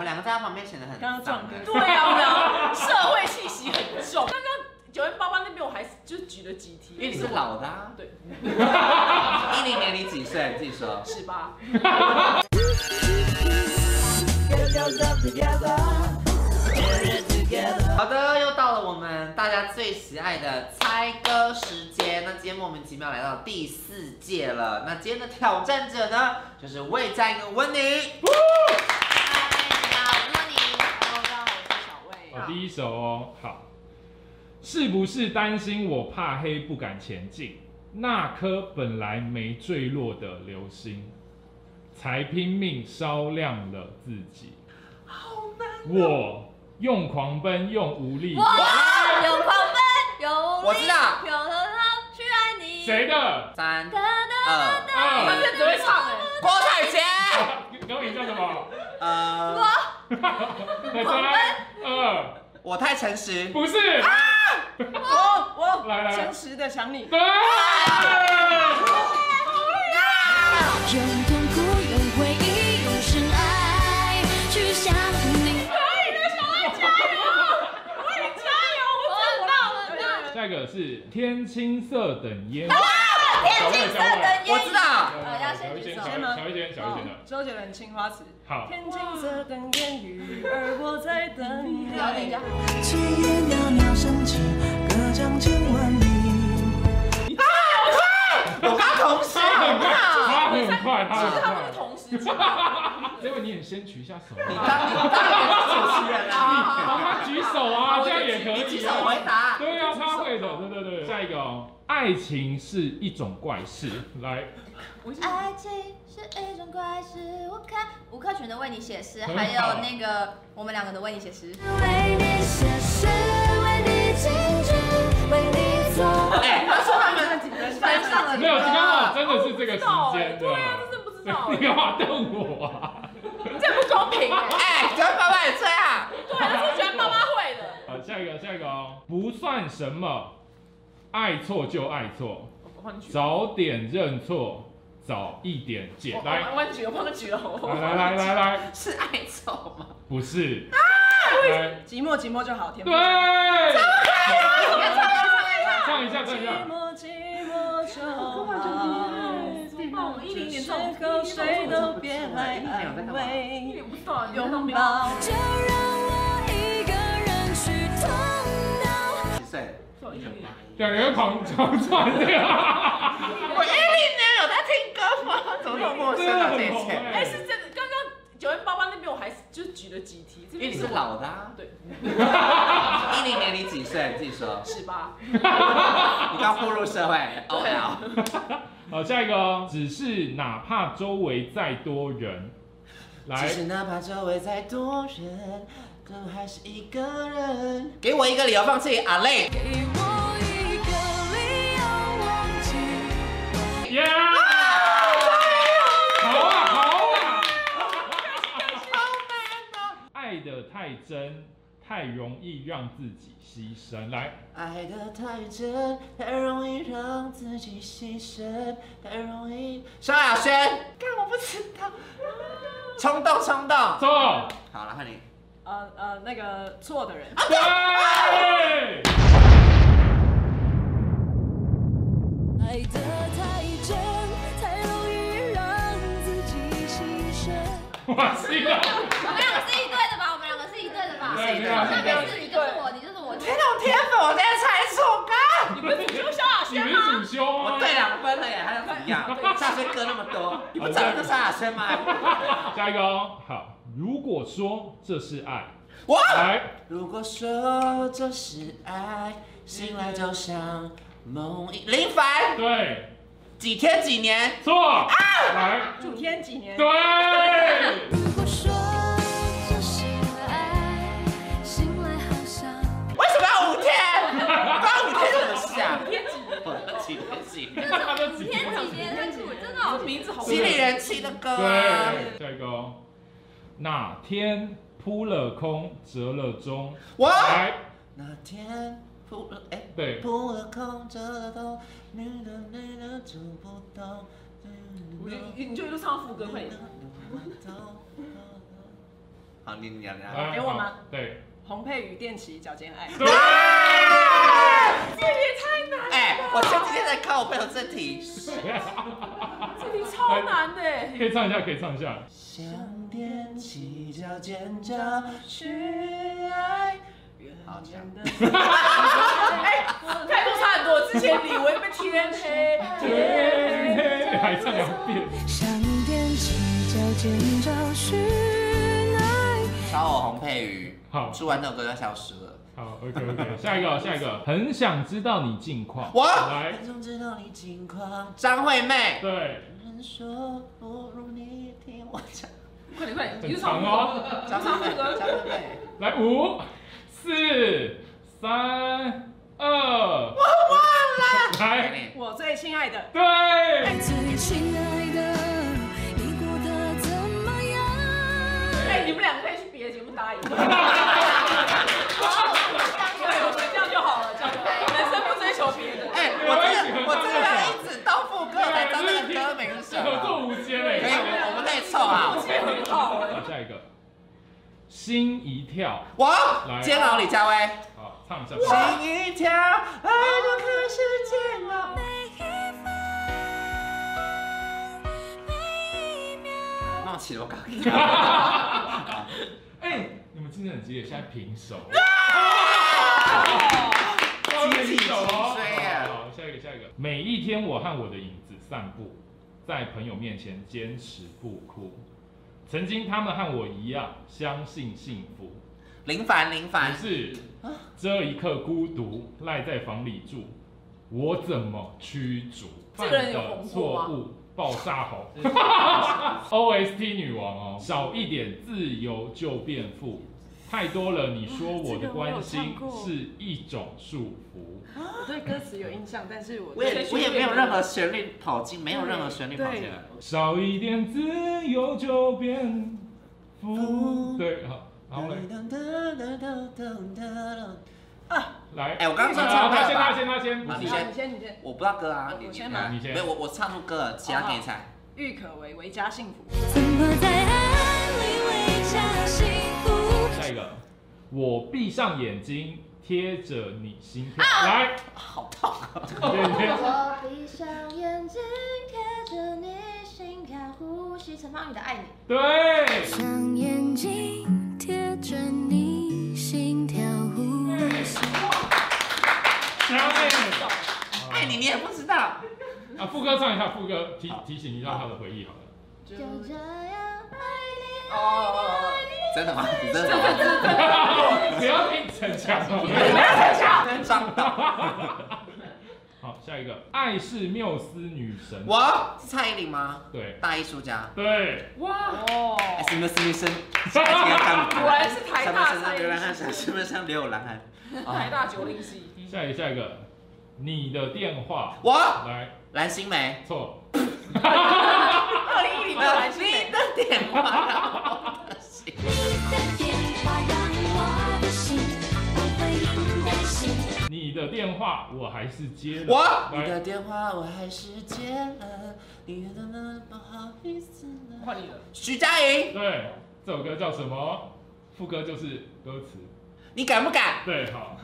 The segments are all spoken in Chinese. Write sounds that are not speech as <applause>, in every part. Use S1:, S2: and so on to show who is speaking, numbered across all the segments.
S1: 两个在他旁边显得很
S2: 刚刚
S1: 脏
S2: 撞
S1: 欸
S2: 的
S3: 对啊，我们社会气息很重。刚刚九零八八那边我还就是举了几题，
S1: 因为你是老的、啊，
S3: 对
S1: 一零年你几哦岁？你自己说。
S3: 十八，
S1: 好的，又到了我们大家最喜爱的猜歌时间。那今天莫名其妙来到第四届了。那今天的挑战者呢，就是魏佳莹跟温妮。
S4: 我第一首哦，好，是不是担心我怕黑不敢前进？那颗本来没坠落的流星，才拼命烧亮了自己。好难、我用狂奔，用无力。
S5: 哇，有狂奔，有无
S1: 我知道
S5: 力，有流浪去爱你。
S4: 谁的？ <laughs>
S1: 三
S5: 哒哒
S1: 二，
S4: 二
S3: 他现在只会唱哎，
S1: 郭采洁。
S4: 刚刚你叫什
S5: <laughs>
S4: 么？
S1: 呃，
S4: 来三二，
S1: 我太诚实。
S4: 不是。
S3: 我我
S4: 来来
S3: 诚实的想你，
S4: 对。
S6: 用痛苦，用回忆，用深爱去想你。
S5: 我到了，到了。
S4: 下一个是天青色等烟火。天
S5: 啊金色的
S1: 我
S5: 烟
S1: 知道，
S5: 呃要先举手
S4: 小一点，小一点，小一点的。
S3: 周杰伦《青花瓷》。
S4: 好， <laughs>
S3: 天青色等烟雨，而我在等你。
S5: 你要等一下，
S4: 啊
S7: 炊烟袅袅升起，隔江亲吻你。
S1: 我刚同时
S4: 他
S1: 好
S4: 很
S1: 不好？
S4: 快，他很快，他
S3: 是
S4: 很
S3: 他们是
S4: 快。啊
S3: 同时进。
S4: 结果你也先举一下手
S1: 你
S4: 啊，
S1: 当你
S3: <laughs>
S1: 当然是主持人啦，
S4: 帮他举手啊，这样也可
S1: 你举
S4: 以
S1: 手
S4: 啊。
S1: 回答。
S4: <laughs> 对啊，他会的，对对对。下一个哦，爱情是一种怪事，来，
S5: 爱情是一种怪事。我看吴克群的为你写诗，
S4: 很好
S5: 还有那个我们两个的为你写诗。
S6: 为你写诗，为你静止，为你做。
S1: 哎，他说他们
S3: 班上了
S4: 没有，刚好啊真的是这个时
S3: 道哎
S4: 间的
S3: 对。啊，这真的不知道
S4: <laughs> 你
S3: 哎，
S4: 干嘛瞪我啊？ <laughs>
S3: 这不公平哎。
S1: 哎，九爸爸也这样。
S3: 对啊，这是全妈妈会的。
S4: 好，下一个，下一个哦，不算什么，爱错就爱错，
S3: 我帮你举，
S4: 早点认错，早一点解。来，
S3: 我帮你举，我帮你举了。
S4: 来来来来来，
S1: 是爱臭吗？
S4: 不是，
S3: 啊
S4: 来
S3: 寂寞寂寞就好，天
S4: 对，
S3: 不
S4: 唱一下，唱一
S3: 寂
S4: 下。
S3: 寞寂寞就好，
S2: 一零年
S3: 时
S2: 这种
S3: 候谁都别来
S2: 一
S3: <laughs> 安慰，
S2: 脸不知道，
S3: 拥抱。
S6: 就让我一个人去痛到。
S1: 几岁？
S2: 一零年，
S4: 两个人狂狂转这个，
S1: 我一零年有在听歌吗？怎么那么陌生
S4: 真的
S1: 啊，
S4: 很
S1: 姐
S4: 红
S1: 姐？
S3: 哎，
S4: 哎。
S3: 是真的，刚刚九零八八那边我还就是举了几题，这
S1: 因为
S3: 边
S1: 你是老的、啊，
S3: <laughs> 对
S1: 一零年你几岁？你自己说。
S3: 十八，
S1: 你刚步入社会，O L。
S4: 好，下一个哦，只是哪怕周围再多人，来
S1: 其，实哪怕周围再多人，都还是一个人。给我一个理由放弃阿累。
S6: 给我一个理由忘记。
S4: 耶，好啊，好啊，爱的太真，太容易让自己牺牲，来，
S1: 爱的太真，太容易让自己牺牲，太容易。萧亚轩，干我不知道。冲动，冲动。
S4: 走，
S1: 好了，换你。
S3: 呃呃，那个错的人，
S4: 对，
S6: 爱的太真，太容易让自己牺牲。
S4: 哇，是一个，
S5: 我们两个是一对的吧？我们两个是一对的吧？
S4: 对对
S5: 那
S4: 对
S5: 每次你就是我，你就是我。
S1: 天哪，我天粉，我今天才错歌。
S3: 你不是只有萧亚
S4: 你
S3: 轩
S4: 们
S3: 吗？
S4: 是主修
S1: 我
S4: 啊，
S1: 对两分了耶，还想怎么样？下轩歌那么多，你不找一个萧亚轩吗？
S4: <laughs> 下一个哦，好，如果说这是爱，
S1: 我
S4: 来。
S1: 如果说这是爱，醒来就像梦呓。林凡，
S4: 对，
S1: 几天几年？
S4: 错，
S1: 啊
S4: 来，
S3: 几天几年？
S4: 对，
S6: 如果说这是爱，醒来好像
S1: 为什么要五天？关五天什么事啊？
S3: 天几年？
S1: 我的几天几年？
S4: 他都几
S5: 五天几年太酷，真的哦好
S3: 这名字好
S1: 心里人气的歌啊。
S4: 对，下一个哦，哪天扑了空，折了中，
S1: 我
S4: 来，
S1: 那天扑了哎，
S4: 对，
S1: 扑了空折了兜，女的女的走不动。
S3: 我就你就一路唱副歌，快点。
S1: 好，你你聊聊。
S4: 啊
S3: 给我吗？
S4: 好对，
S3: 洪佩瑜、电池、脚尖爱，
S4: 对，
S3: 这也太难了。
S1: 哎、我前几天才看我朋友这题，
S3: 这题超难的欸。
S4: 可以唱一下，可以唱一下。
S7: 想踮起脚尖找寻爱，
S1: 好这样
S3: 哎，态度差很多。之前李维被天黑，天黑。
S4: 对，还唱两遍。
S6: 想踮起脚尖找寻爱，
S1: 找我洪佩瑜，
S4: 好
S1: 出完这首歌就消失了。
S4: 好，OK OK，下一个，下一个，很想知道你近况。
S1: 我
S4: 来，
S7: 观众知道你近况，
S1: 张惠妹，
S4: 对，
S7: 人说不如你听我讲。
S3: 快点快点，
S4: 很
S3: 你是
S4: 长
S3: 唱
S4: 哦。
S1: 张惠妹，张惠妹，
S4: 来，五、四、三、二，我忘了。来，
S1: 来，
S3: 我最亲爱的，
S4: 对，
S6: 最亲爱的，你过得怎么样？
S3: 哎，你们两个可以去别的节目 <laughs> 答应。对，我们这样就好了，这样就好了。人生不追求别的。
S1: 哎、我真的我真的要一直到副歌我才知道那个歌名是什
S4: 合作
S1: 么。
S4: 无间嘞。
S1: 可以，我们可以凑
S3: 默
S1: 啊
S3: 契。很好哎。
S4: 好，下一个，心一跳。
S1: 我煎熬李佳薇，
S4: 好，唱一下。
S1: 心一跳，爱就开始煎熬。那我起楼高音。
S4: 哎，你们竞争很激烈，现在平手。
S1: 集体
S4: 好，
S1: 追耶
S4: 好，下一个，下一个。每一天，我和我的影子散步，在朋友面前坚持不哭。曾经，他们和我一样相信幸福，
S1: <laughs> 林凡，林凡
S4: 可，是
S3: 啊
S4: 这一刻孤独赖在房里住，我怎么驱逐？
S3: 这
S4: 犯
S3: 个人有
S4: 的
S3: 红过吗
S4: 错误爆炸吼！OST 女王哦，少一点自由就变富，太多了。你说我的关心
S3: 这个我有唱过
S4: 是一种束缚。
S3: 我对歌词有印象，但是我
S1: 我也我也没有任何旋律跑进，没有任何旋律跑进来。
S4: 少一点自由就变
S1: 嗯
S4: 富。对，好，好
S1: 哎
S4: 嘞，来。
S1: 哎我刚刚唱
S4: 啊
S1: 错
S4: 他
S1: 了
S4: 先，
S1: 吧
S4: 他先，他先，
S1: 啊
S4: 不
S1: 你
S4: 是
S1: 先
S3: 好你先，你先。
S1: 我不知道歌啊，
S3: 我
S1: 你
S3: 先
S1: 来
S4: 你先
S1: 没有我我唱出歌了，其
S3: 哦
S1: 他给你猜。
S3: 郁可唯，维嘉幸福。
S6: 怎么在爱里为家幸福？
S4: 下一个，我闭上眼睛，贴着你心跳，
S1: 啊
S4: 来，好痛，对对，
S5: 我闭上眼睛，贴着你心跳呼吸。陈芳宇的《爱你》。
S1: <laughs>
S4: 对，
S6: 像眼睛贴着你心跳呼吸。
S4: 下面
S1: 爱哎你你也不知道，
S4: 啊，副歌唱一下，副歌提提醒一下他的回忆好了，
S3: 就
S5: 就这样爱你，
S3: 哦哦
S1: 真的吗？你真的吗？
S4: <laughs> 不要听逞强
S3: 哦，不
S4: 哦。
S3: 要逞强。
S1: <laughs> 真张到
S4: 好，下一个，爱是缪斯女神，
S1: 我是蔡依林吗？
S4: 对
S1: 大艺术家，
S4: 对，
S3: 哇哦，
S1: 哎什么哎是女生？果
S3: <laughs> 果然是台大
S1: 身
S3: 蔡
S1: 上
S3: 依
S1: 流
S3: 林
S1: 浪汉，身份上流浪汉。
S3: <laughs> 台大九零系。
S4: 下一个下一个，你的电话，
S1: 我
S4: 来，
S1: 蓝心湄，
S4: 错，
S3: 二零一零的哦蓝心
S1: <laughs> 你
S3: 湄
S1: 的电话让我的心。
S6: 你的
S5: 啊
S6: 电话让我的心不会赢的心。
S4: 你的电话我还是接了，
S1: 我
S4: 来
S7: 你的电话我还是接了，你怎么不好意思呢？
S3: 换你了，
S1: 徐佳莹，
S4: 对，这首歌叫什么？副歌就是歌词。
S1: 你敢不敢？
S4: 对，好，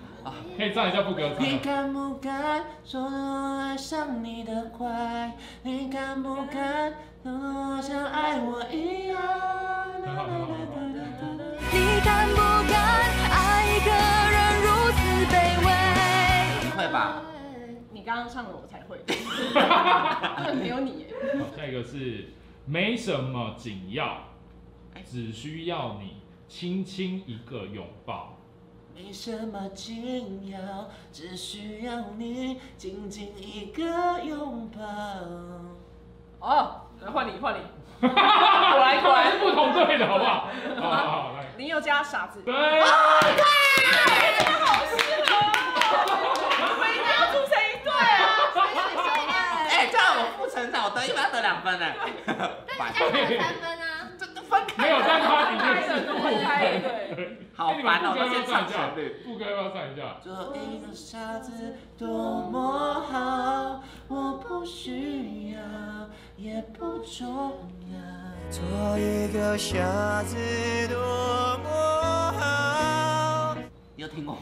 S4: 可以唱一下副歌，唱一
S7: 你
S4: 下。
S7: 敢不敢说我爱上你的坏？你敢不敢说我像爱我一样？
S4: 很好很好很
S6: 你敢不敢爱一个人如此卑微？
S1: 你会吧？
S3: 你刚刚唱了我才 <laughs> 会，根本没有你耶。
S4: 好，下一个是没什么紧要，只需要你轻轻一个拥抱。
S7: 没什么紧要，只需要你紧紧一个拥抱。
S3: 哦，来换你，换你，我来，我
S4: 还是
S3: 来。
S4: 不同队的好不好？好好好，来，
S3: 林宥嘉傻子，
S4: 对，
S3: 我们一定要组成一对啊！
S1: 哎，这样我负成长，我得一分要得两分呢。
S5: 但你爱他三分啊。
S1: 这这分开
S4: 没有，但他里
S3: 开
S4: 面
S3: 的
S4: 是
S3: 都分开的，对。
S1: 好烦哦，
S4: 哎
S1: 到
S4: 你
S1: 现在
S4: 们
S1: 唱旋律。
S4: 副歌要不要唱一下？
S7: 做一个傻子多么好，我不需要，也不重要。
S2: 做一个傻子多么好。
S1: 你有听过吗？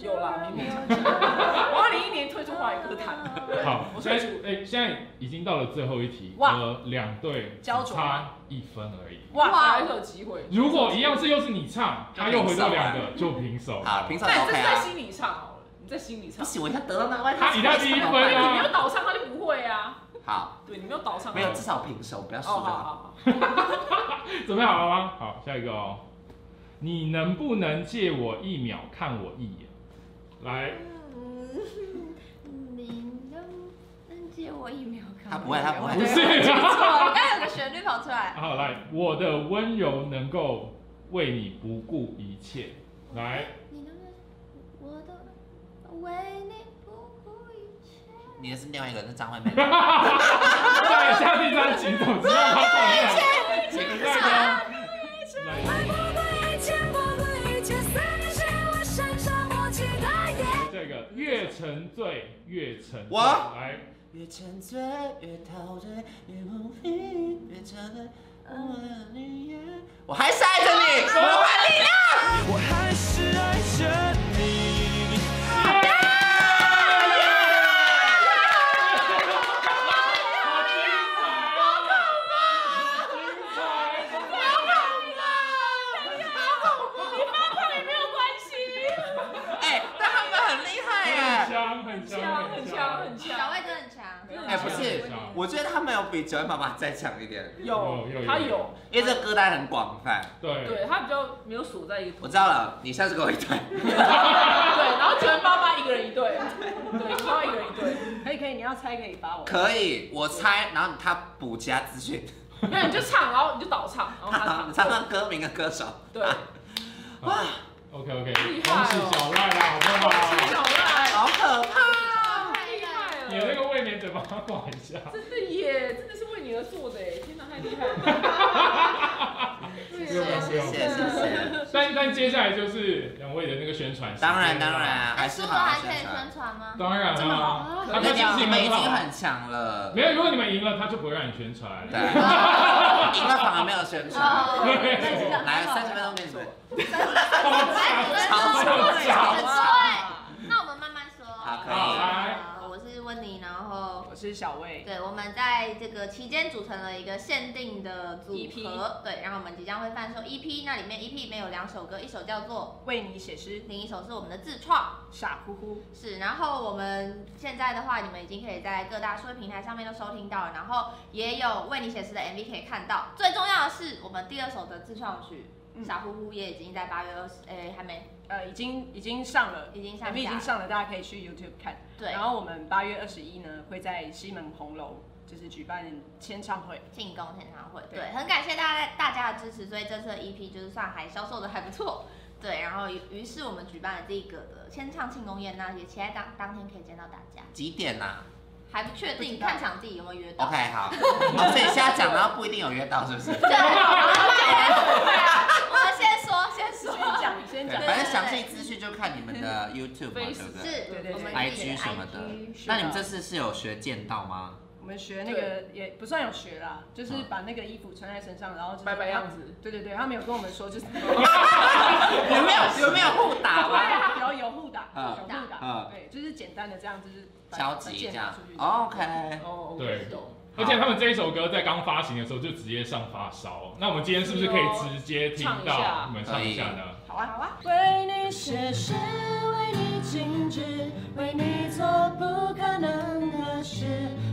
S3: 有啦，明明讲讲。我二零一年退出华语歌坛，
S4: 好，
S3: 我
S4: 现
S3: 退
S4: 在
S3: 出。
S4: 哎、现在已经到了最后一题，
S3: 哇
S4: 呃，两队只
S3: 焦灼
S4: 差一分而已。
S3: 哇，还有一首机会。
S4: 如果一样是又是你唱，他又回到两个，就平手。
S1: 好，平手
S3: 那你这
S1: OK
S3: 是在
S1: 啊。
S3: 心里唱好了，你在心里
S1: 不
S3: 唱。
S1: 行，我一下得到那个外套。
S4: 他比他第一分
S3: 你没
S4: 啊
S3: 有倒唱，他就不会啊。
S1: 好，
S3: 对，你没有倒唱，
S1: 没有，至少平手，不要
S3: 哦，
S1: 输就
S3: 好好
S1: 好。
S3: 好。
S4: 准备好了吗？好，下一个哦。你能不能借我一秒看我一眼？来，
S5: 嗯，你能不能借我一秒看？
S1: 他不会，他不
S4: 不
S1: 会。
S4: 是，
S5: 错，刚有个旋律跑出来。
S4: 好来，我的温柔能够为你不顾一切。来，
S5: 你能不能，我都为你不顾一切。
S1: 你的是另外一个，是张
S4: <laughs>
S1: 惠妹。
S4: 再下第三集，总知道他放什么。来，
S6: 一切不顾一切，洒在是我身上默契的夜。
S4: 这个越沉醉越沉。
S1: 我
S4: 来，
S7: 越沉醉越陶醉，越无力越沉醉，我的你也
S1: 我还是爱着你，我爱你。
S2: 我还是爱着你。
S3: <laughs>
S4: 啊好精彩啊！精彩！
S3: 也没有关系，
S1: 哎，但他们很厉害
S4: 很
S1: 耶。
S4: 香，很香，
S3: 强很强很
S5: 小
S3: 强。
S5: 魏真的很强，
S1: 哎，不是
S4: 很，香
S1: 我觉得他们有比九尾爸爸再强一点，
S4: 有
S3: 有
S4: 有有
S3: 他有，
S1: 因为这歌单很广泛。
S4: 对，
S3: 对他比较没有锁在一个。
S1: 我知道了，你下次给我一段。
S3: 对，然后九零八八一个人一对，对，九八一个人一对，可以可以，你要猜可以发我，
S1: 可以，我猜，然后他补其他资讯，
S3: 没有你就唱，然后你就倒唱，然后他
S1: 他 <laughs>
S3: 唱，
S1: 唱歌名跟歌手。
S3: 对，
S1: 哇，
S4: OK OK，
S3: 厉
S4: 恭
S3: 害哦
S4: 喜小赖啦，好不
S3: 是
S4: 好？
S3: 小赖，
S1: 好哦可怕！
S3: 太哦厉害
S4: 你的那
S3: 了，
S4: 个未免嘴巴管一下，
S3: 真的耶，真的是为你而做的耶，天哪，太厉害 <laughs> 了，
S1: 谢
S3: 啊
S1: 谢谢谢谢谢，
S4: 但但接下来就是两位的那个宣传时间
S1: 当
S4: 啦
S1: 然当，然还是
S5: 输
S1: 好
S5: 了
S1: 好
S5: 还可
S1: 宣
S5: 以
S1: 传
S5: 宣。传吗？
S4: 当然
S3: 这么
S4: 啦
S3: 好，
S1: 那
S4: 他们
S1: 你
S4: 心
S1: 你
S4: 情
S1: 们已
S4: 很
S1: 经
S4: 好。
S1: 很强了，
S4: 没有，如果你们赢了，他就不会让你宣传。
S1: 对，赢了反而没有宣传。
S5: 哦，那这样
S1: 来，三十分钟给你们。
S3: 哎
S4: 好
S5: 超
S4: 吵
S5: 强
S4: 吵
S5: 很帅。那我们慢慢说。
S1: 好可以
S4: 好来
S5: 呃我是温妮，然后
S3: 我是小魏，
S5: 对，我们在这个期间组成了一个限定的组
S3: EP
S5: 合，对，然后我们即将会贩售 EP，那里面 EP 里面有两首歌，一首叫做
S3: 为你写诗
S5: 《另一首是我们的自创》。
S3: 傻乎乎，
S5: 是，然后我们现在的话，你们已经可以在各大数位平台上面都收听到了，然后也有为你写诗的 MV 可以看到。最重要的是，我们第二首的自创曲
S3: 嗯
S5: 《傻乎乎》也已经在八月二十，诶，还没，
S3: 呃，已经已经上了。
S5: 已经上
S3: MV 已
S5: 架
S3: 经
S5: 了。
S3: 上了，哦大家可以去 YouTube 看。
S5: 对
S3: 然，后我们八月二十一呢，会在西门红楼就是举办签唱会。
S5: 进攻演唱会，
S3: 对
S5: 对，很感谢大家大家的支持，所以这次的 EP 就是算还销售的还不错。对，然后于于是我们举办了这个的签唱庆功宴呢，也期待当当天可以见到大家，
S1: 几点呐
S5: 还不确
S3: 不
S5: 定
S3: 知道
S5: 看场地有没有约到。
S1: ？OK，好。哦，所以现在讲，然后不一定有约到，是不是？
S5: 对，我先说，先
S3: 先
S5: 说。
S3: 讲，先
S1: 对，
S3: 讲。
S1: 反正详细资讯就看你们 <laughs> 的 YouTube 嘛，对
S3: Facebook
S1: 不对？
S5: 是
S3: 对对
S5: 我们
S3: 对
S5: 自己
S1: IG 什么的
S5: IG
S1: 那你们这次是有学剑道吗？
S3: 我们学那个也不算有学啦，就是
S1: 嗯
S3: 把那个衣服穿在身上，然后就是
S7: 摆摆样子。
S3: 对对对，他们有跟我们说，就是 <laughs>
S1: 有没有有没有互打吗？
S3: 有有互打，
S1: 嗯
S3: 有互打
S1: 嗯，
S3: 对，就是简单的这样，就是把
S1: 交集这样
S3: 把剑拿出去
S1: ，OK。
S3: 哦
S4: 对
S3: 懂。
S4: 而且他们这一首歌在刚发行的时候就直接上发烧，那我们今天是不是可以直接听
S3: 哦唱一
S4: 到
S3: 下
S4: 你们唱一下呢？
S3: 好啊好啊，
S6: 为你写诗，为你静止，为你做不可能的事，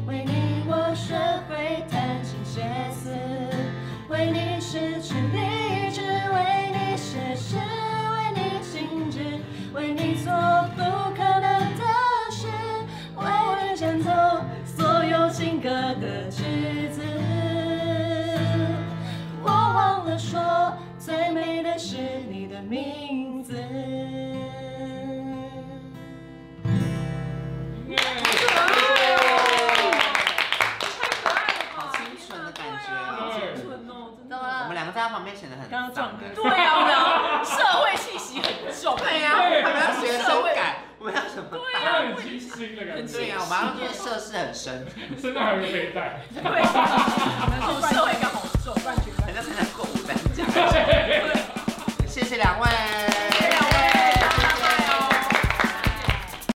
S6: 为你我学会弹琴写词，为你失去理智，为你写诗，为你静止，为你做不可能的事，为你弹奏所有情歌的句子。我忘了说，最美的是你的名字。
S4: 耶
S1: 好清纯的感觉。
S4: 对
S3: 纯哦，真
S5: 怎么
S3: 的。
S1: 我们
S5: 了？
S1: 两个在他旁边显得很
S3: 刚刚撞
S1: 脏
S3: 歌
S1: 欸。
S3: 对啊，我们俩社会气息
S1: 啊啊
S3: 啊
S1: 深，
S4: 身上还有个背带。
S3: 对，
S4: <laughs>
S3: 好社会感好重，冠军。
S4: <laughs>
S1: 人家参加过五等奖。谢谢两位。